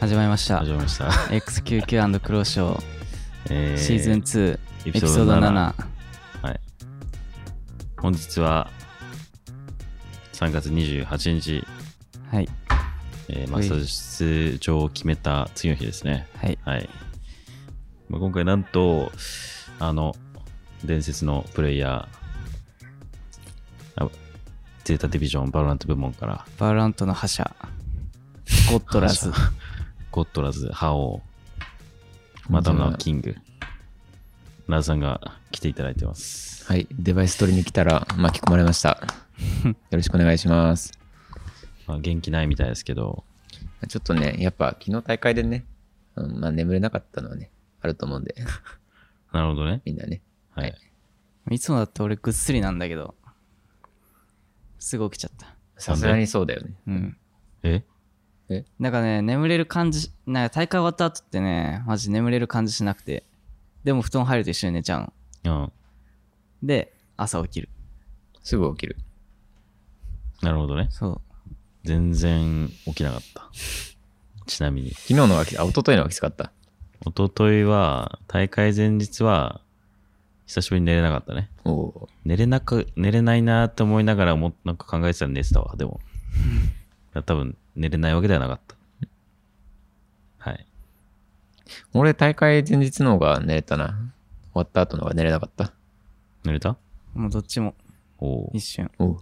始まりました始まりました。 XQQ& 黒潮えーシーズン2エエピピソソードード7 7はい。本日は3月28日、はいえーまあ、はい出出場を決めた次の日ですね。はいはい。まあ、今回なんと、あの、伝説のプレイヤー、あゼータディビジョン、バロラント部門から、バーラントの覇者ゴッドラズゴッドラズ、ハオウ、またの名はキング、ナズさんが来ていただいてます。はい、デバイス取りに来たら巻き込まれました。よろしくお願いします。まあ、元気ないみたいですけど、ちょっとね、やっぱ昨日大会でね、うんまあ、眠れなかったのはね、あると思うんで、なるほどね。みんなね。はい。いつもだって俺ぐっすりなんだけどすぐ起きちゃったさすがにそうだよね。うんえなんかね眠れる感じなんか大会終わった後ってねマジ眠れる感じしなくてでも布団入ると一緒に寝ちゃうのうん。で朝起きるすぐ起きる。なるほどね。そう全然起きなかった。ちなみに。昨日のはき、あ、一昨日のはきつかった。一昨日は、大会前日は、久しぶりに寝れなかったね。おお寝れなく、寝れないなーって思いながらも、なんか考えてたら寝てたわ、でも。多分、寝れないわけではなかった。はい。ー。俺、大会前日の方が寝れたな。終わった後の方が寝れなかった。寝れたもうどっちもおー一瞬おう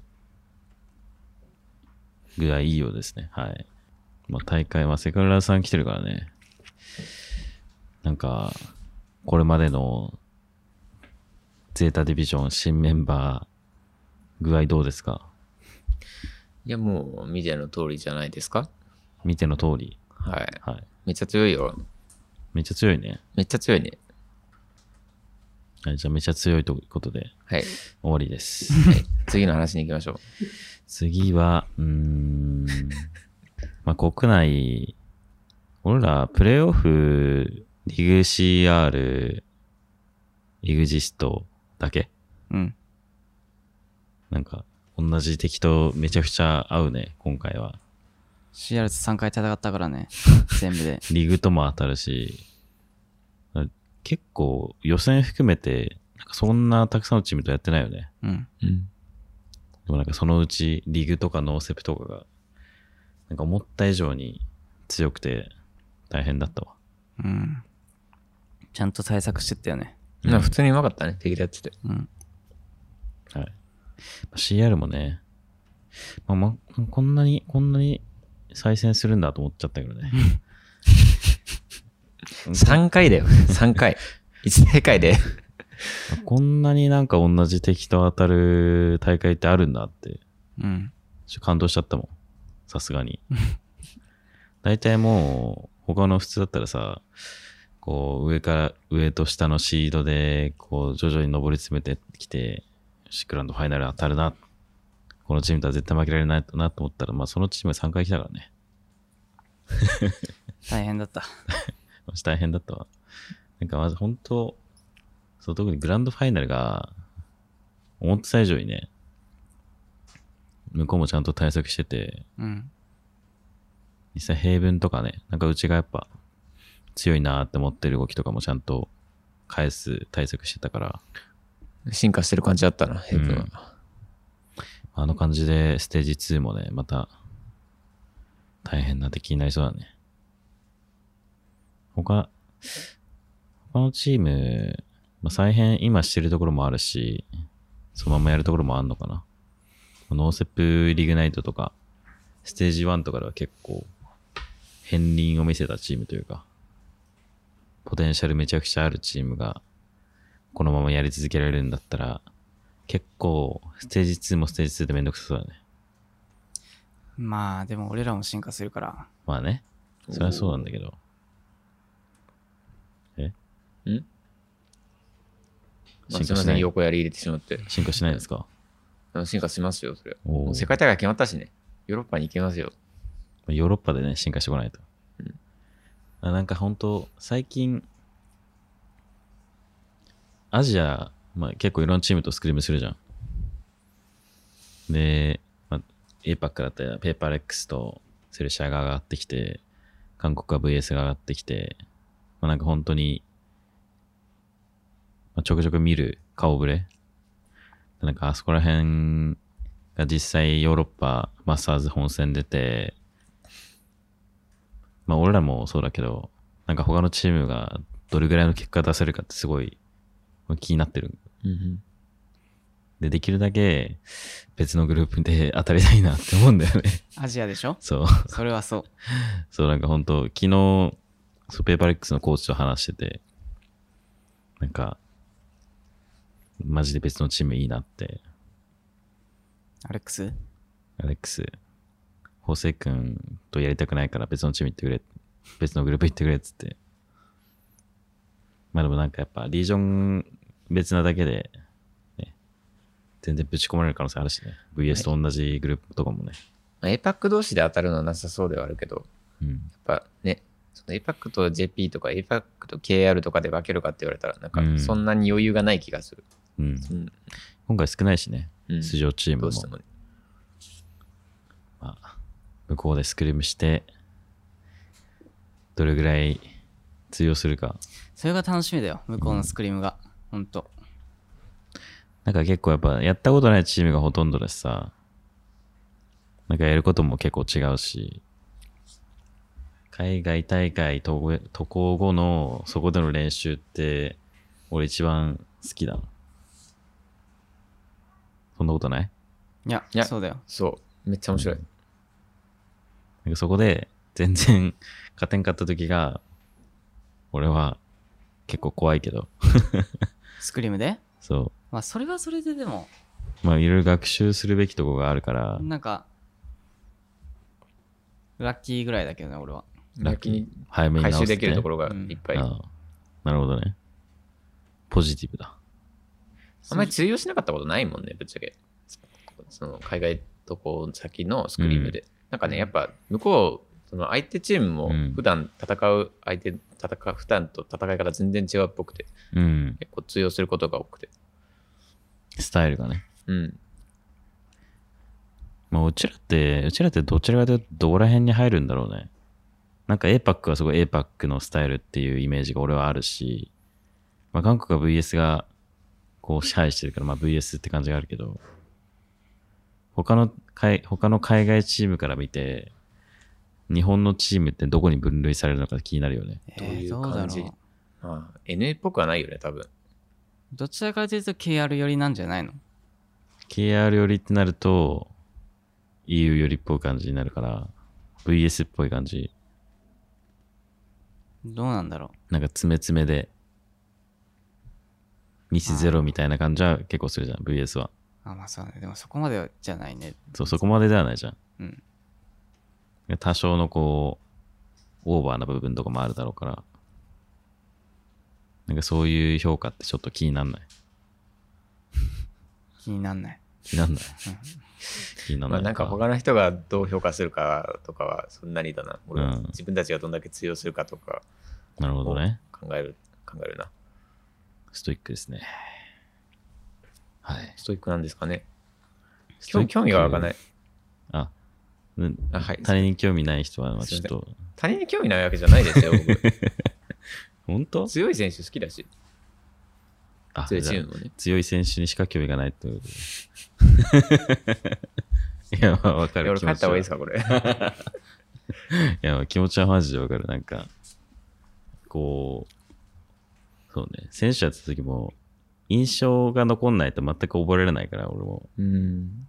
ぐらいいいようですね。はい。まあ、大会はセカルラさん来てるからね。なんか、これまでのゼータディビジョン新メンバー具合どうですかいや、もう、見ての通りじゃないですか見ての通り。はい。はい。めっちゃ強いよ。めっちゃ強いね。めっちゃ強いね。はい、じゃあめっちゃ強いということではい。終わりです。 次の話に行きましょう。次は、うーん、まあ国内、俺らプレイオフ、リグ CR、エグジストだけうんなんか、同じ敵とめちゃくちゃ合うね、今回は。 CR と3回戦ったか らね全部でリグとも当たるし、あ結構予選含めて、なんかそんなたくさんのチームとやってないよね。うんうん。でもなんかそのうちリグとかノーセプとかが、なんか思った以上に強くて大変だったわ。うんちゃんと対策してったよねまあ普通にうまかったね。敵でやってて。うんはい。まあ CR もね、まあまあ、こんなに、こんなに再戦するんだと思っちゃったけどね。 3回 だよ。3回。1大会で。こんなになんか同じ敵と当たる大会ってあるんだって、うんちょっと感動しちゃったもん。さすがに。大体もう、他の普通だったらさ、こう上から、上と下のシードで、こう徐々に上り詰めてきて、シクランドファイナル当たるな。このチームとは絶対負けられないなと思ったら、まあそのチーム3回来たからね。大変だったマジ大変だったわ。なんかまず本当、そう特にグランドファイナルが、思ってた以上にね、向こうもちゃんと対策してて、うん実際平分とかね、なんかうちがやっぱ強いなーって思ってる動きとかもちゃんと返す対策してたから、進化してる感じだったな、ヘイ君は。あの感じでステージ2もね、また大変な敵になりそうだね。他、他のチーム、まあ、再編今してるところもあるし、そのままやるところもあんのかな。ノーセップリグナイトとか、ステージ1とかでは結構、片鱗を見せたチームというか、ポテンシャルめちゃくちゃあるチームが、このままやり続けられるんだったら、結構、ステージ2もステージ2でめんどくさそうだね。まあでも俺らも進化するからまあね。それはそうなんだけど。えんま進あす化みましせ、なんい横やり入れてしまって。進化しないですかあの進化しますよ、それは。おーもう世界大会決まったしね。ヨーロッパに行けますよ。ヨーロッパでね、進化してこないと。うんあなんか本当最近、アジア、まあ、結構いろんなチームとスクリームするじゃん。で、まあ、APAC だったらペーパーレックスとセルシアが上がってきて、韓国は VS が上がってきて、まあ、なんか本当に、まあ、ちょくちょく見る顔ぶれ。なんかあそこら辺が実際ヨーロッパマスターズ本戦出て、まあ俺らもそうだけど、なんか他のチームがどれぐらいの結果出せるかってすごい気になってるうんで、できるだけ別のグループで 当たりたいなって思うんだよね。 アジアでしょそう。それはそう。そう、なんか本当昨日、そう、ペーパーレックスのコーチと話してて、なんか、マジで別のチームいいなって、アレックスアレックス、ホセ君とやりたくないから別のチーム行ってくれ、別のグループ行ってくれっつって。まあでもなんかやっぱ、リージョン別なだけで、ね、全然ぶち込まれる可能性あるしね。VS と同じグループとかもね。まあ APAC 同士で当たるのはなさそうではあるけど、うん。やっぱね、その APAC と JP とか APAC と KR とかで分けるかって言われたら、なんかうんそんなに余裕がない気がする。うん、うん。今回少ないしね、うん出場チームどもう、してもね。まあ、向こうでスクリームして、どれぐらい通用するか。それが楽しみだよ、向こうのスクリームが。ほんと。なんか結構やっぱやったことないチームがほとんどだしさ、なんかやることも結構違うし、海外大会渡航渡航後のそこでの練習って、俺一番好きだな。そんなことないいや、いやそうだよ。そう。めっちゃ面白い。なんかそこで全然 勝てんかった時が、俺は結構怖いけど、スクリームでそまあ、それはそれででも、う。まあいろいろ学習するべきとこがあるから、なんか、ラッキーぐらいだけどね、俺は。ラッ楽キーに早めに回直収す、ね。できるところがいっぱい。あああなるほどね。ポジティブだ。んまり通用しなかったことないもんね、ぶっちゃけ。その海外渡航先のスクリームで。なんかね、やっぱ向こう、その相手チームもうん普段戦う相手、戦う、普段と戦い方全然違うっぽくて、うん。結構通用することが多くて。スタイルがね。うん。まあうちらって、うちらってどちらかというとどこら辺に入るんだろうね。なんか APAC はすごい APAC のスタイルっていうイメージが俺はあるし、まあ韓国は VS がこう支配してるから、まあ VS って感じがあるけど、他の海、他の海外チームから見て、日本のチームってどこに分類されるのか気になるよね。えどういー、うどうだ感じろう。まあ、NA っぽくはないよね、多分。どちらかというと KR 寄りなんじゃないの KR 寄りってなると EU 寄りっぽい感じになるから VS っぽい感じどうなんだろなんか詰め詰めでミスゼロみたいな感じは結構するじゃん VS はう。あ、まあそうだね。でもそこまでじゃないね。そうそこまでではないじゃんうん。多少のこうオーバーな部分とかもあるだろうからなんかそういう評価ってちょっと気になんない気になんない。気になんない気にな まあんなないんか他の人がどう評価するかとかはそんなにだな。俺はうん自分たちがどんだけ通用するかとかなるほどね考える、考えるな。ストイックですねはいストイックなんですかね。ストイ興ック興味が湧かない。あ、うんあはい他人に興味ない人は、まあちょっすいと、他人に興味ないわけじゃないですよ、僕。本当強い選手好きだし、あ強いチじゃーあムもね。強い選手にしか興味がないってことで いや、まあ、わかいやる。気俺、帰持っちたは方がいいですか、これ。いや、気持ちはマジでわかる。なんか、こう、そうね、選手やってた時も、印象が残んないと全く覚えられないから、俺も、うん。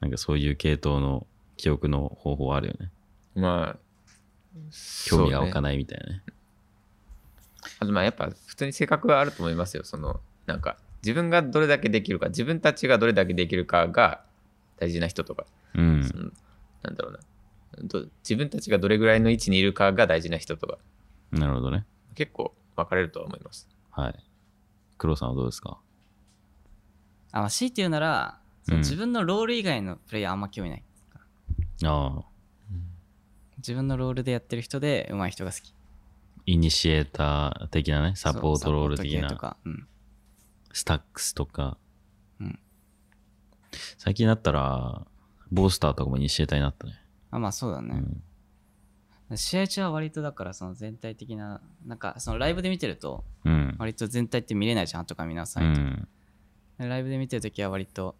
なんかそういう系統の記憶の方法はあるよね。 まあ、興味が湧かない。ないみたいなね。あと、まあ、やっぱ、普通に性格はあると思いますよ。その、なんか、自分がどれだけできるか、自分たちがどれだけできるかが大事な人とか、うそん。のなんだろうな。ど自分たちがどれぐらいの位置にいるかが大事な人とか、なるほどね。結構分かれるとは思います。はい。黒さんはどうですかあ、まあ、強いて言うなら、そのうん自分のロール以外のプレイヤーあんま興味ない。ああ、自分のロールでやってる人で上手い人が好き。イニシエーター的なね、サポートロール的そうサポート系とな、か。うん。スタックスとか。うん最近だったら、ボースターとかもイニシエーターになったね。あ、まあそうだね。うん試合中は割とだからその全体的ななんかそのライブで見てるとうん。割と全体って見れないじゃんとか皆さ、うんん。ライブで見てるときは割と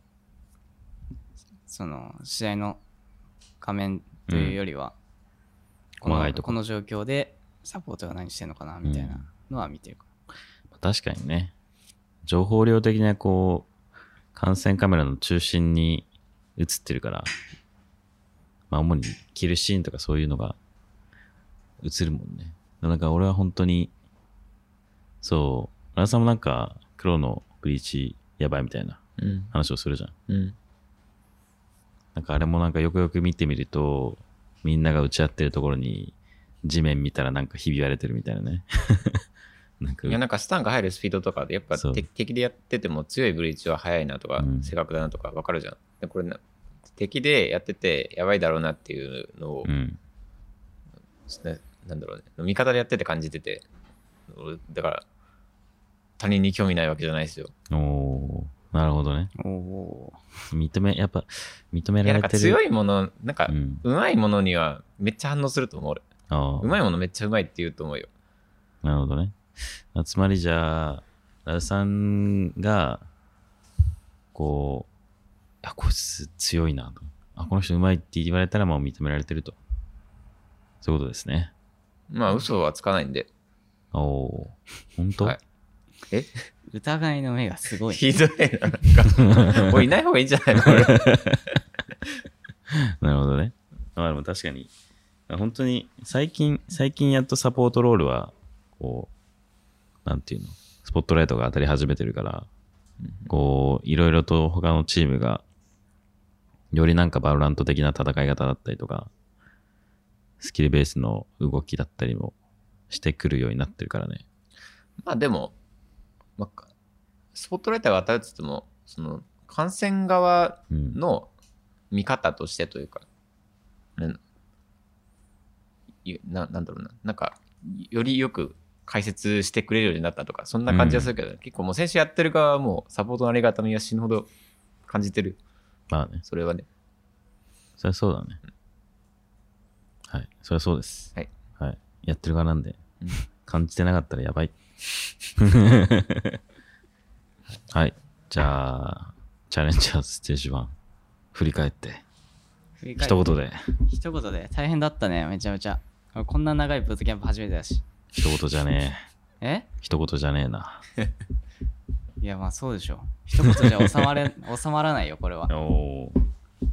その試合の画面というよりは、こ細かいのとここの状況でサポートが何してるのかなみたいなのは見てるか確かにね。情報量的な、こう、感染カメラの中心に映ってるから、まあ、主にキルシーンとかそういうのが映るもんね。なんか俺は本当に、そう、ラさんもなんか、黒のブリーチやばいみたいなうん。話をするじゃん。うん。なんかあれもなんかよくよく見てみると、みんなが打ち合ってるところに、地面見たらなんかひび割れてるみたいなね。 なんかいや、なんかスタンが入るスピードとかで、やっぱそう敵敵でやってても強いブリーチは速いなとかう、ん正確だなとか分かるじゃん。で、これな、敵でやっててやばいだろうなっていうのを、うん。ななんだろうね、味方でやってて感じてて、俺だから、他人に興味ないわけじゃないですよ。おー、なるほどね。おお認め、やっぱ、認めいや、らなれんかてる。強いもの、なんかう、ん。うまいものにはめっちゃ反応すると思う俺。あうまいものめっちゃうまいって言うと思うよ。あ、なるほどね。あつまりじゃあ、ラウさんが、こう、あ、こいつ強いなと。あ、この人うまいって言われたらもう認められてると。そういうことですね。まあ、嘘はつかないんで。 おおー、本当、はいえ疑いの目 がすごいひどいな。なんか、もういない方がいいんじゃないの俺なるほどね。まあでも確かに、あ本当に最近、最近やっとサポートロールは、こう、なんていうの、スポットライトが当たり始めてるから、こう、いろいろと他のチームが、よりなんかバロラント的な戦い方だったりとか、スキルベースの動きだったりもしてくるようになってるからね。まあでも、まあ、スポットライトが当たるって言っても、その、感染側うん。の見方としてというか、うんいななんだろうな、なんか、よりよく解説してくれるようになったとか、そんな感じがするけど、結構もう選手やってる側はもうサポートのありがたみは死ぬほど感じてる、まあね、それはね。そりゃそうだね。はい、そりゃそうです。はい。はい。やってる側なんでうん、感じてなかったらやばい。はい。じゃあ、チャレンジャーズステージ1、振り返って、振り返って一言で、一言で大変だったねめちゃめちゃこんな長いブートキャンプ初めてだし一言じゃねええ、一言じゃねえな。いやまあそうでしょ一言じゃ収まれ 収まらないよこれはおお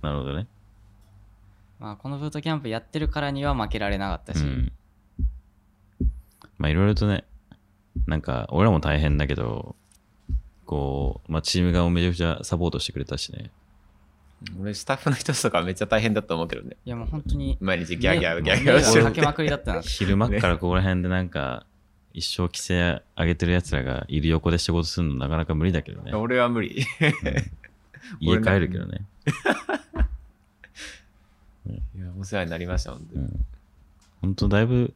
なるほどね。まあこのブートキャンプやってるからには負けられなかったうし、ん。まあ、いろいろとね、なんか、俺らも大変だけど、こう、まあ、チーム側もめちゃくちゃサポートしてくれたしね。俺、スタッフの人とかめっちゃ大変だと思うけどね。いやもう本当に毎日ギャーギャーギャーギ迷ャー惑しをてるかってけまくりだ ったな昼間っからここら辺でなんか、一生規制上げてるやつらがいる横で仕事するのなかなか無理だけどね。俺は無理。 家帰るけどね。いや、お世話になりました、本当うに。ん。ほんとだいぶ、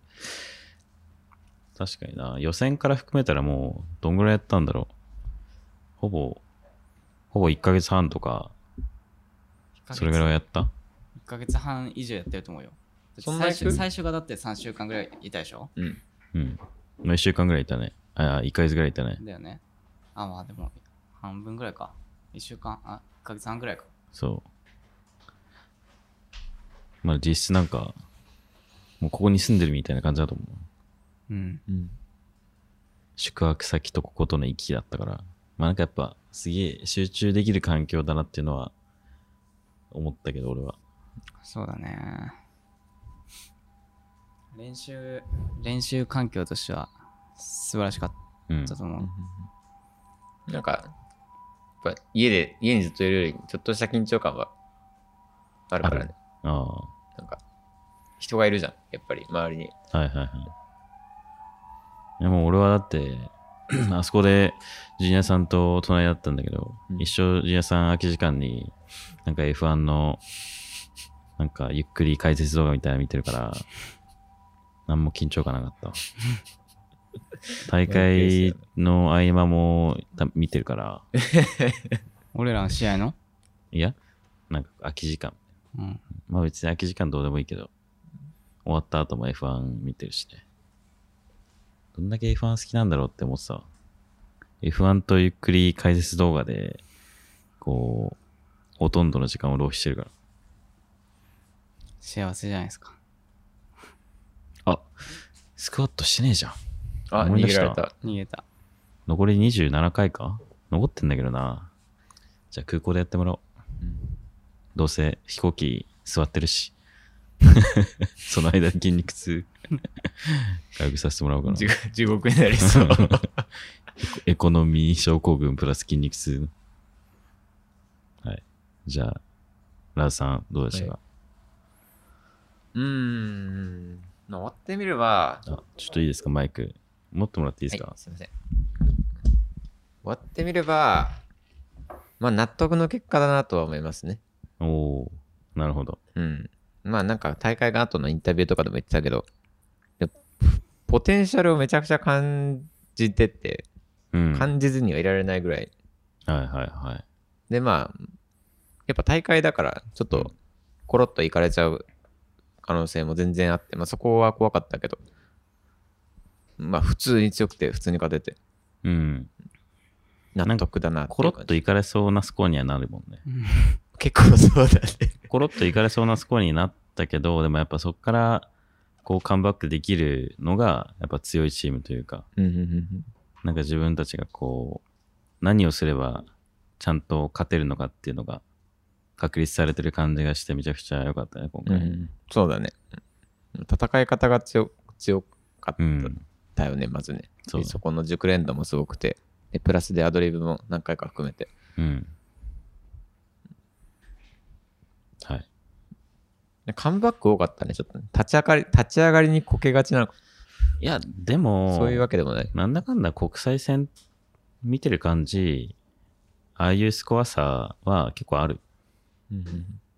確かにな。予選から含めたらもう、どんぐらいやったんだろう。ほぼ、ほぼ1ヶ月半とか、それぐらいやった1ヶ月半以上やってると思うよそん最なやつ初最初がだって3週間ぐらいいたでしょうん。うん。まあ、1週間ぐらいいたね。あ、1ヶ月ぐらいいたね。だよねあまあでも半分ぐらいか1週間あ1ヶ月半ぐらいかそう。まあ実質なんか、もうここに住んでるみたいな感じだと思う。うんうん。宿泊先とこことの行き来だったから、まあなんかやっぱすげえ集中できる環境だなっていうのは思ったけど俺は。そうだね練習練習環境としては素晴らしかっうんた。と思う、なんか、やっぱ家で、家にずっといるより、ちょっとした緊張感はあるからね。あなんか、人がいるじゃん、やっぱり、周りに。あ、はいはいはい。でも俺はだ って、あそこでジュニアさんと隣だったんだけど、うん一生ジュニアさん空き時間になんか F1 のなんかゆっくり解説動画みたいなの見てるから、なんも緊張感なか ったわ。大会の合間もた見てるから、俺らの試合のいや、なんか空き時間。うんまあ別に空き時間どうでもいいけど、終わった後も F1 見てるしね。どんだけ F1 好きなんだろうって思ってたわ。F1 とゆっくり解説動画で、こう、ほとんどの時間を浪費してるから。幸せじゃないですか。あ、スクワットしてねえじゃん。あ、思い逃出げしたられた。逃げた。残り27回か残ってんだけどな。じゃあ空港でやってもらおう。うんどうせ飛行機座ってるし。 その間に筋肉痛。 回復させてもらおうかな地。獄地獄に なり そう。エコノミー症候群プラス筋肉痛。はい。じゃあ、ラーさん、どうでしたか、うーん。まあ終わってみれあば、ちょっといいですかマイク。持ってもらっていいですか、はい、すいません。終わってみれば、まあ納得の結果だなとは思いますね。おおーなるほど。うん。まあなんか大会が後のインタビューとかでも言ってたけど、でポテンシャルをめちゃくちゃ感じてて、うん。はい感じずにはいられないぐらい。はいはい。でまあ、やっぱ大会だから、ちょっとコロッといかれちゃう可能性も全然あって、まあそこは怖かったけど、まあ普通に強くて、普通に勝てて、うん。納得だなっていうコロッといかれそうなスコアにはなるもんね。うん結構そうだね。コロッといかれそうなスコアになったけど、でもやっぱそこから、こうカムバックできるのが、やっぱ強いチームというか、うんうんうんうんなんか自分たちがこう、何をすればちゃんと勝てるのかっていうのが確立されてる感じがしてめちゃくちゃ良かったね、今うんう回。うん。ん、そうだね。戦い方が強強かったよね、まずね。そうでそこの熟練度もすごくてで、プラスでアドリブも何回か含めて。うん。はい。でカムバック多かったね、ちょっとね、立ち上がり、立ち上がりにこけがちなのか、いや、でも、そういうわけでもない。なんだかんだ国際戦見てる感じ、ああいうスコア差は結構ある。うん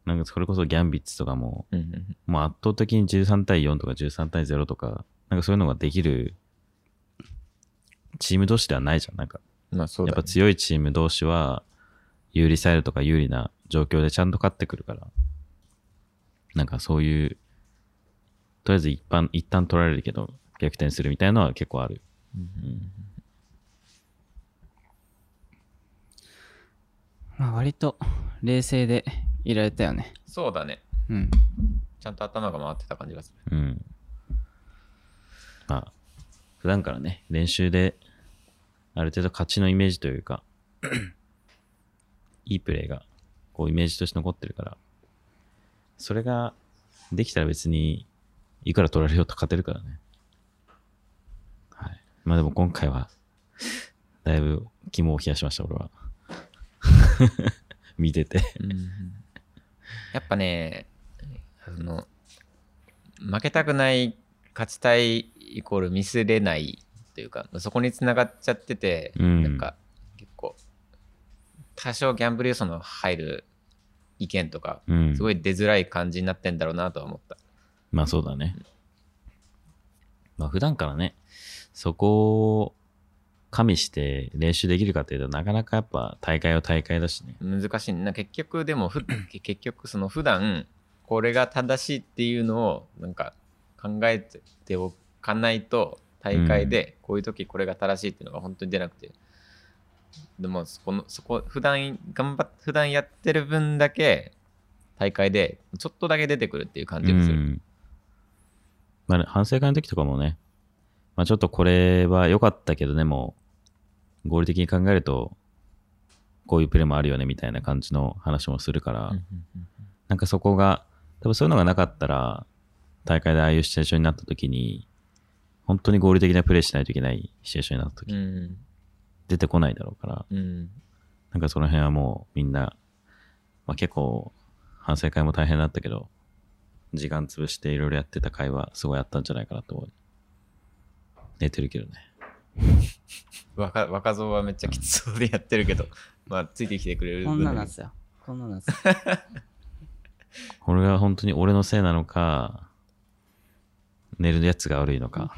なんかそれこそギャンビッツとかも、うんうんもう圧倒的に13対4とか13対0とか、なんかそういうのができるチーム同士ではないじゃん。なんか、うんまあそうやっだぱね、強いチーム同士は、有利サイドとか有利な状況でちゃんと勝ってくるから、なんかそういう、とりあえず一般、一旦取られるけど、逆転するみたいなのは結構ある。まあ割と冷静でいられたよね。そうだね。うん。ちゃんと頭が回ってた感じがする。うん。まあ、普段からね、練習で、ある程度勝ちのイメージという か、いいプレーが、こう、イメージとして残ってるから、それが、できたら別に、いくら取られようと勝てるからね。はい。まあでも今回は、だいぶ肝を冷やしました、俺は。 見てて。やっぱね、あの、負けたくない、勝ちたいイコールミスれないというか、そこにつながっちゃってて、うんなんか結構、多少ギャンブル要素の入る意見とか、うんす。ごい出づらい感じになってんだろうなとは思った。まあそうだね。まあ普段からね、そこを加味して練習できるかというと、なかなかやっぱ大会は大会だしね。難しいねなんか結局でもふ結局その普段これが正しいっていうのをなんか考えておかないと大会でこういう時これが正しいっていうのが本当に出なくて、でもそこのそこ普段頑張っ普段やってる分だけ大会でちょっとだけ出てくるっていう感じがすうる、んまあ、反省会の時とかもね、まあ、ちょっとこれは良かったけどでも合理的に考えるとこういうプレーもあるよねみたいな感じの話もするから、なんかそこが多分そういうのがなかったら大会でああいうシチュエーションになった時に本当に合理的なプレーしないといけないシチュエーションになった時、うん出てこないだろうからうんなんかその辺はもうみんな、まあ、結構反省会も大変だったけど、時間潰していろいろやってた会はすごいあったんじゃないかなと思う。寝てるけどね。若若造はめっちゃきつそうでやってるけどまあついてきてくれるこん分なだんなけんすよ。こんな なんすよ。これが本当に俺のせいなのか、寝るやつが悪いのか。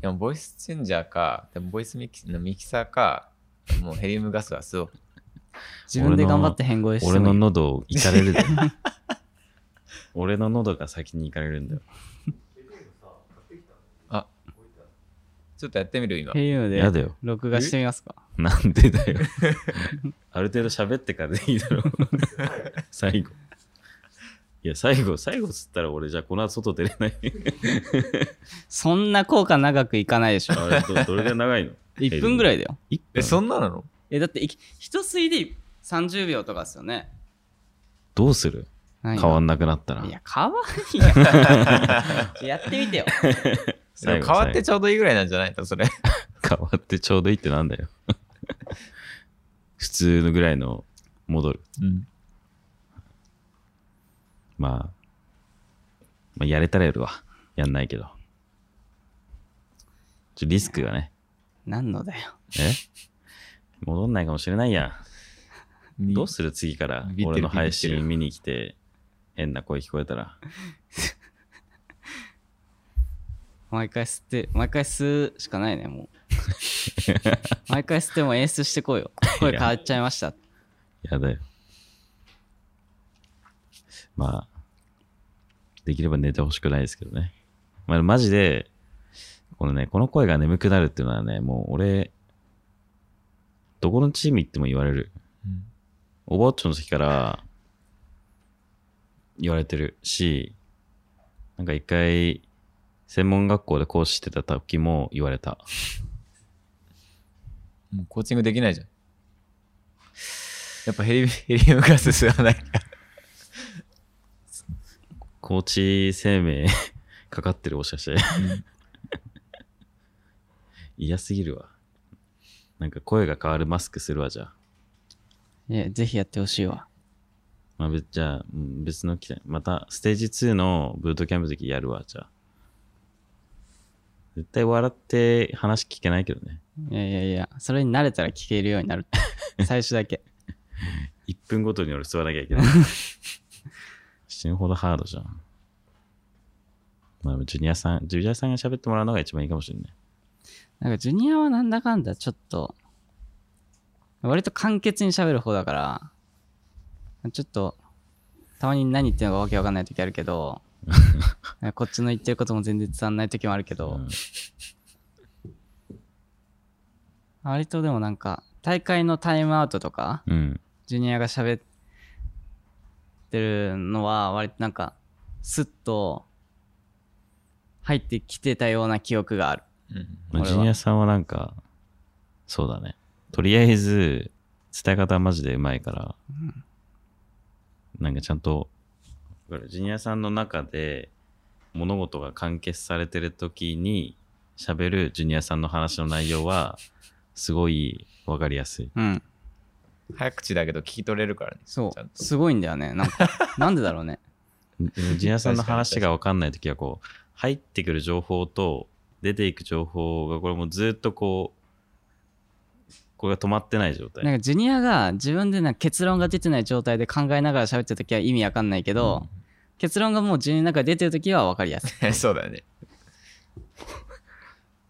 でもボイスチェンジャーか、でもボイスミキミキサーか、もうヘリウムガスは吸おう。自分で頑張って変更して俺もいい の喉をいかれるで。俺の喉が先に行かれるんだよ。ちょっとやってみるっ。今ていうやのだで、よ。録画してみますか。なんでだよ。ある程度喋ってからでいいだ ろ。最後。いや、最後、最後っつったら俺じゃあこの後外出れない。そんな効果長くいかないでしょ。あれどどれが長いの1分 ぐらいだよ。 ?1 分え、そんななのえ、だって、いき一吸いで30秒とかですよね。どうする変変わんなくなったらい。や、変わんやん。やってみてよ。で最も後変わってちょうどいいぐらいなんじゃないのそれ。変わってちょうどいいってなんだ よ。普通のぐらいの戻る。うん。まあ、まあ、やれたらやるわ。やんないけど。ちょリスクがね。何のだよ。え戻んないかもしれないやん。どうする次からビビってる俺の配ビビって信る見に来て変な声聞こえたら。毎回吸って、毎回吸うしかないね、もう。毎回吸っても演出してこいよ。声変わっちゃいました。やだよ。まあ、できれば寝てほしくないですけどね。まあ、マジで、このね、この声が眠くなるっていうのはね、もう俺、どこのチーム行っても言われる。うんおばあちゃんの時から言われてるし、なんか一回、専門学校で講師してた時も言われた。もうコーチングできないじゃん。やっぱヘリヘリウムガス吸わないから。コーチ生命 かかってるもしかして。嫌すぎるわ。なんか声が変わるマスクするわ、じゃあ。いや、ぜひやってほしいわ。まあ、べじゃあ、うん別の機会。また、ステージ2のブートキャンプの時やるわ、じゃあ。絶対笑って話聞けないけどね。いやいやいや、それに慣れたら聞けるようになる。最初だけ。 1分ごとに俺座らなきゃい けない。死ぬほどハードじゃん。まあ、ジュニアさん、ジュニアさんが喋ってもらうのが一番いいかもしれない。なんか、ジュニアはなんだかんだ、ちょっと、割と簡潔に喋る方だから、ちょっと、たまに何言ってるのかわけわかんない時あるけど、なんかこっちの言ってることも全然伝わんない時もあるけど、うん割とでもなんか、大会のタイムアウトとか、うん。ジュニアが喋ってるのは、割となんか、スッと入ってきてたような記憶がある。うんまあ俺はジュニアさんはなんか、そうだね。とりあえず、伝え方はマジでうまいから、なんかちゃんと、だからジュニアさんの中で物事が完結されてる時に喋るジュニアさんの話の内容は、すごいわかりやすい。うん。早口だけど聞き取れるからね。そちゃんう。とすごいんだよね。なん か、なんでだろうね。でもジュニアさんの話がわかんない時は、こう、入ってくる情報と出ていく情報が、これもずっとこう、これが止まってない状態。なんかジュニアが自分でなんか結論が出てない状態で考えながら喋ってる時は意味わかんないけど、結論がもうジュニアの中で出てる時は分かりや すい。 そうだね。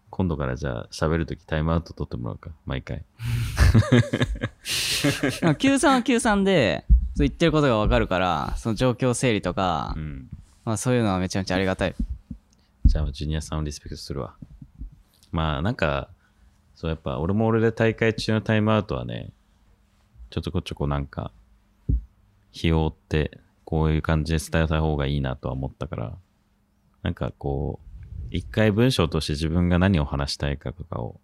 今度からじゃあ喋るときタイムアウト取ってもらうか、毎回。なんか93は93でそう言ってることが分かるから、その状況整理とか、ん。まあそういうのはめちゃめちゃありがたい。じゃあ、ジュニアさんをリスペクトするわ。まあ、なんか、そう、やっぱ、俺も俺で大会中のタイムアウトはね、ちょっとこちょこなんか、日を追って、こういう感じで伝えた方がいいなとは思ったから、なんかこう、一回文章として自分が何を話したいかとかを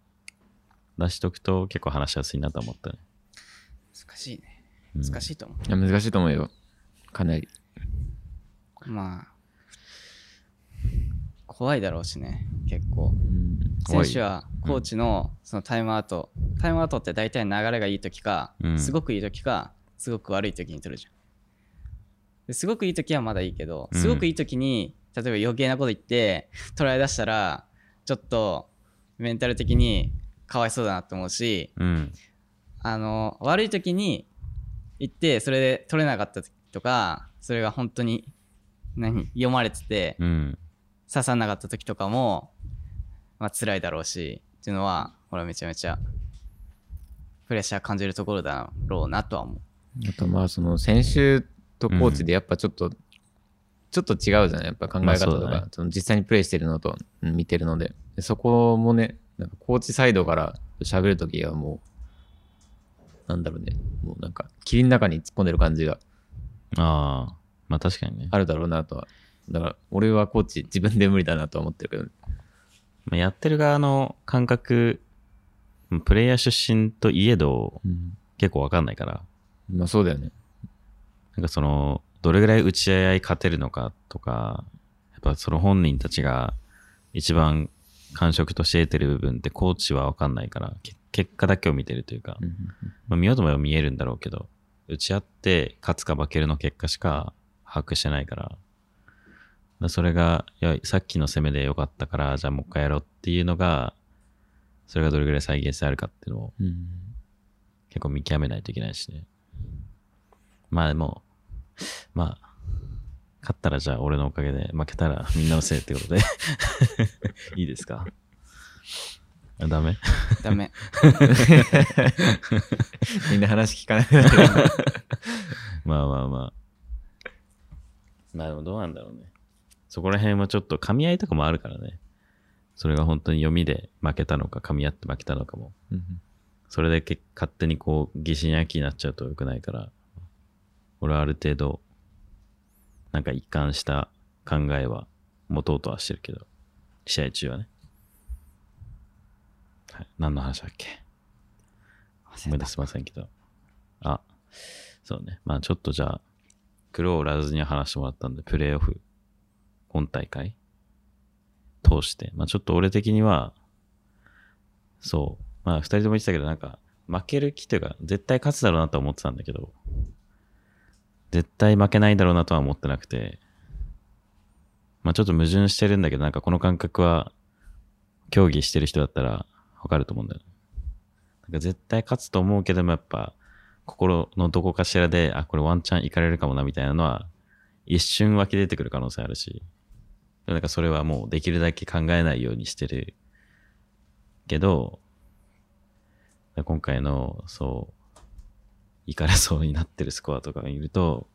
出しとくと結構話しやすいなとは思ったね。難しいね。うん難しいと思う。いや難しいと思うよ。かなり。まあ、怖いだろうしね、結構。怖選い手はコーチのそのタイムアウト、タイムアウトって大体流れがいい時か、うんすごくいい時かすごく悪い時に取るじゃんですごくいい時はまだいいけどうんすごくいい時に、例えば余計なこと言って捉え出したらちょっとメンタル的にかわいそうだなと思うしうん。あの悪い時に行ってそれで取れなかった時とかそれが本当に何読まれてて、うん。刺さんなかった時とかも、まあ辛いだろうしっていうのは俺はめちゃめちゃプレッシャー感じるところだろうなとは思うあとまあその先週とコーチでやっぱちょっとちょっと違うじゃないやっぱ考えまあ方そとうか、だねその実際にプレイしてるのとうん見てるので、でそこもね、なんかコーチサイドから喋るときはもう、なんだろうね、もうなんか、霧の中に突っ込んでる感じがああ、まあ確かにね。あるだろうなとは。だから、俺はコーチ自分で無理だなとは思ってるけど、まあ、やってる側の感覚、プレイヤー出身といえど、結構わかんないから、まあそうだよね。なんかその、どれぐらい打ち合い勝てるのかとか、やっぱその本人たちが一番感触として得てる部分ってコーチはわかんないから、け結果だけを見てるというか、まあ、見ようと思えば見えるんだろうけど、打ち合って勝つか負けるの結果しか把握してないから、だからそれが、いや、さっきの攻めで良かったから、じゃあもう一回やろうっていうのが、それがどれぐらい再現性あるかっていうのを結構見極めないといけないしね。まあでも、まあ、勝ったらじゃあ俺のおかげで、負けたらみんなのせいってことで。 いいですか あダメ ダメ。みんな話聞かなくなってるまあまあまあ。まあでもどうなんだろうね。そこら辺はちょっと噛み合いとかもあるからね。それが本当に読みで負けたのか、噛み合って負けたのかも。うんそれだけ勝手にこう疑心暗鬼になっちゃうと良くないから俺はある程度なんか一貫した考えは持とうとはしてるけど試合中はね、はい、何の話だっけ思い出せませんけどあそうねまあちょっとじゃあ苦労をらずに話してもらったんでプレーオフ本大会通してまあちょっと俺的にはそう。まあ、二人とも言ってたけど、なんか、負ける気というか、絶対勝つだろうなとは思ってたんだけど、絶対負けないだろうなとは思ってなくて、まあ、ちょっと矛盾してるんだけど、なんかこの感覚は、競技してる人だったらわかると思うんだよね。なんか絶対勝つと思うけども、やっぱ、心のどこかしらで、あ、これワンチャンいかれるかもな、みたいなのは、一瞬湧き出てくる可能性あるし、でもなんかそれはもうできるだけ考えないようにしてるけど、今回の、そう、いからそうになってるスコアとか見ると、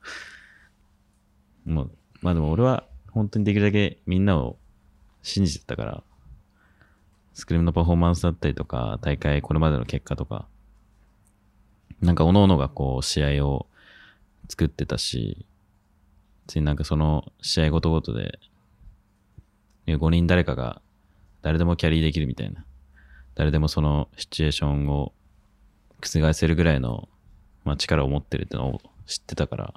もう、まあでも俺は本当にできるだけみんなを信じてたから、スクリームのパフォーマンスだったりとか、大会これまでの結果とか、なんか各々がこう試合を作ってたし、ついなんかその試合ごとごとで、5人誰かが誰でもキャリーできるみたいな。誰でもそのシチュエーションを覆せるぐらいの、まあ、力を持ってるってのを知ってたから、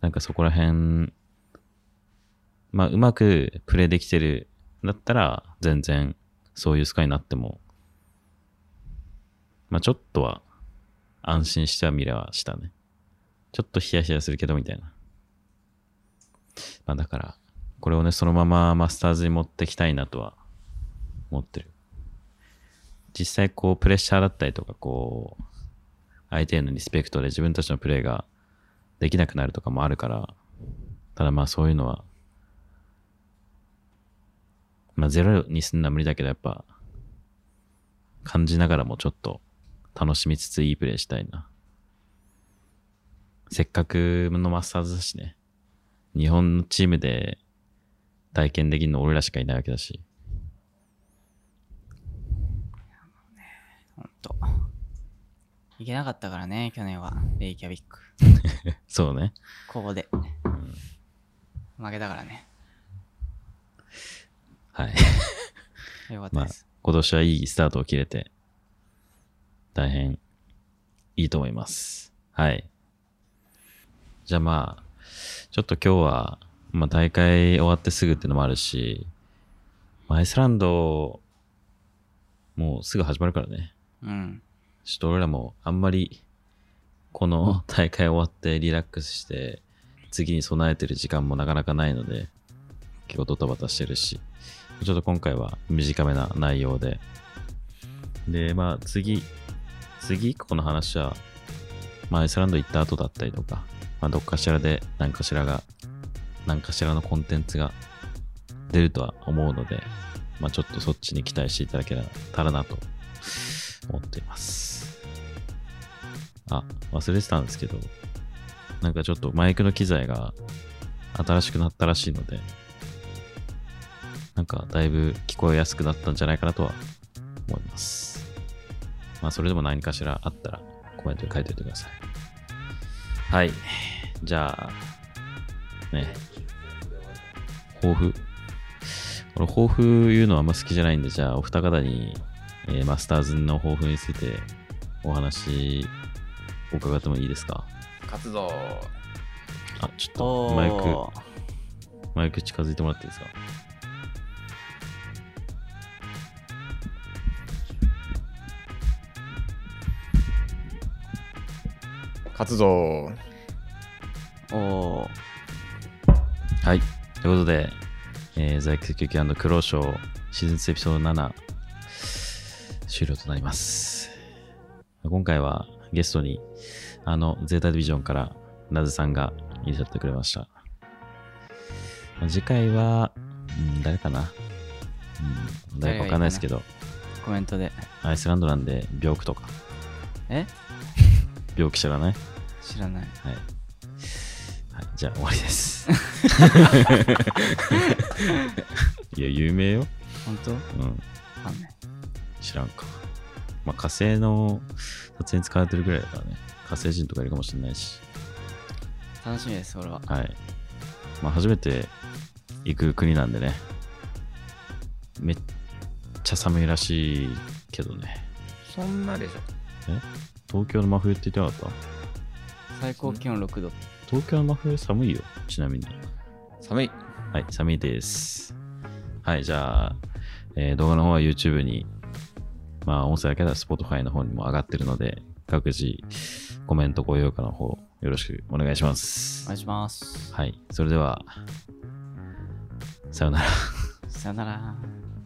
なんかそこら辺、まあ、うまくプレイできてるんだったら、全然そういうスカイになっても、まあ、ちょっとは安心しては見れはしたね。ちょっとヒヤヒヤするけどみたいな。まあ、だから、これをね、そのままマスターズに持ってきたいなとは思ってる。実際こうプレッシャーだったりとかこう相手へのリスペクトで自分たちのプレーができなくなるとかもあるからただまあそういうのはまあゼロにすんのは無理だけどやっぱ感じながらもちょっと楽しみつついいプレーしたいなせっかくのマスターズだしね日本のチームで体験できるの俺らしかいないわけだしほんと。いけなかったからね、去年は。レイキャビック。そうねここで。負けたからね。はいよかったまあです。、今年はいいスタートを切れて、大変いいと思います。はい。じゃあまあ、ちょっと今日は、まあ大会終わってすぐっていうのもあるし、まあアイスランド、もうすぐ始まるからね。うん。ちょっと俺らもあんまり、この大会終わってリラックスして、次に備えてる時間もなかなかないので、結構ドタバタしてるし、ちょっと今回は短めな内容で。で、まあ次、次以降の話は、まあアイスランド行った後だったりとか、まあどっかしらで何かしらが、何かしらのコンテンツが出るとは思うので、まあちょっとそっちに期待していただけたらなと思っています。あ、忘れてたんですけど、なんかちょっとマイクの機材が新しくなったらしいので、なんかだいぶ聞こえやすくなったんじゃないかなとは思います。まあそれでも何かしらあったらコメントに書いておいてください。はい。じゃあ、ね、抱負。俺抱負言うのはあんま好きじゃないんで、じゃあお二方に、えーマスターズの抱負についてお話お伺ってもいいですか勝つぞー。あ、ちょっおとマイク、ーマイク近づいてもらっていいですか勝つぞー。おーはい。ということで、えー、在宅休憩苦労賞シーズン2エピソード7終了となります。今回はゲストにあのゼータディビジョンからナズさんがいらっしゃってくれました。まあ次回は、うん、誰かな、うん、誰かわかんないですけど、コメントで。アイスランドなんで病気とか、え病気知らない知らない。はい。はい、じゃあ終わりです。いや、有名よ。本当わうん、かんない。知らんか。まあ、火星の撮影に使われてるぐらいだからね。火星人とかいるかもしれないし。楽しみです、俺は。はい。まあ、初めて行く国なんでね。めっちゃ寒いらしいけどね。そんなでしょ。東京の真冬って言ってなかっ最高気温6度。た東京の真冬寒いよ。ちなみに。寒い。はい、寒いです。はい、じゃあ、えー動画の方は YouTube に、まあ、音声だけでは Spotify の方にも上がってるので、各自コメント、高評価の方、よろしくお願いしまおす願。いします。はい、それでは、さようなら。さよなら。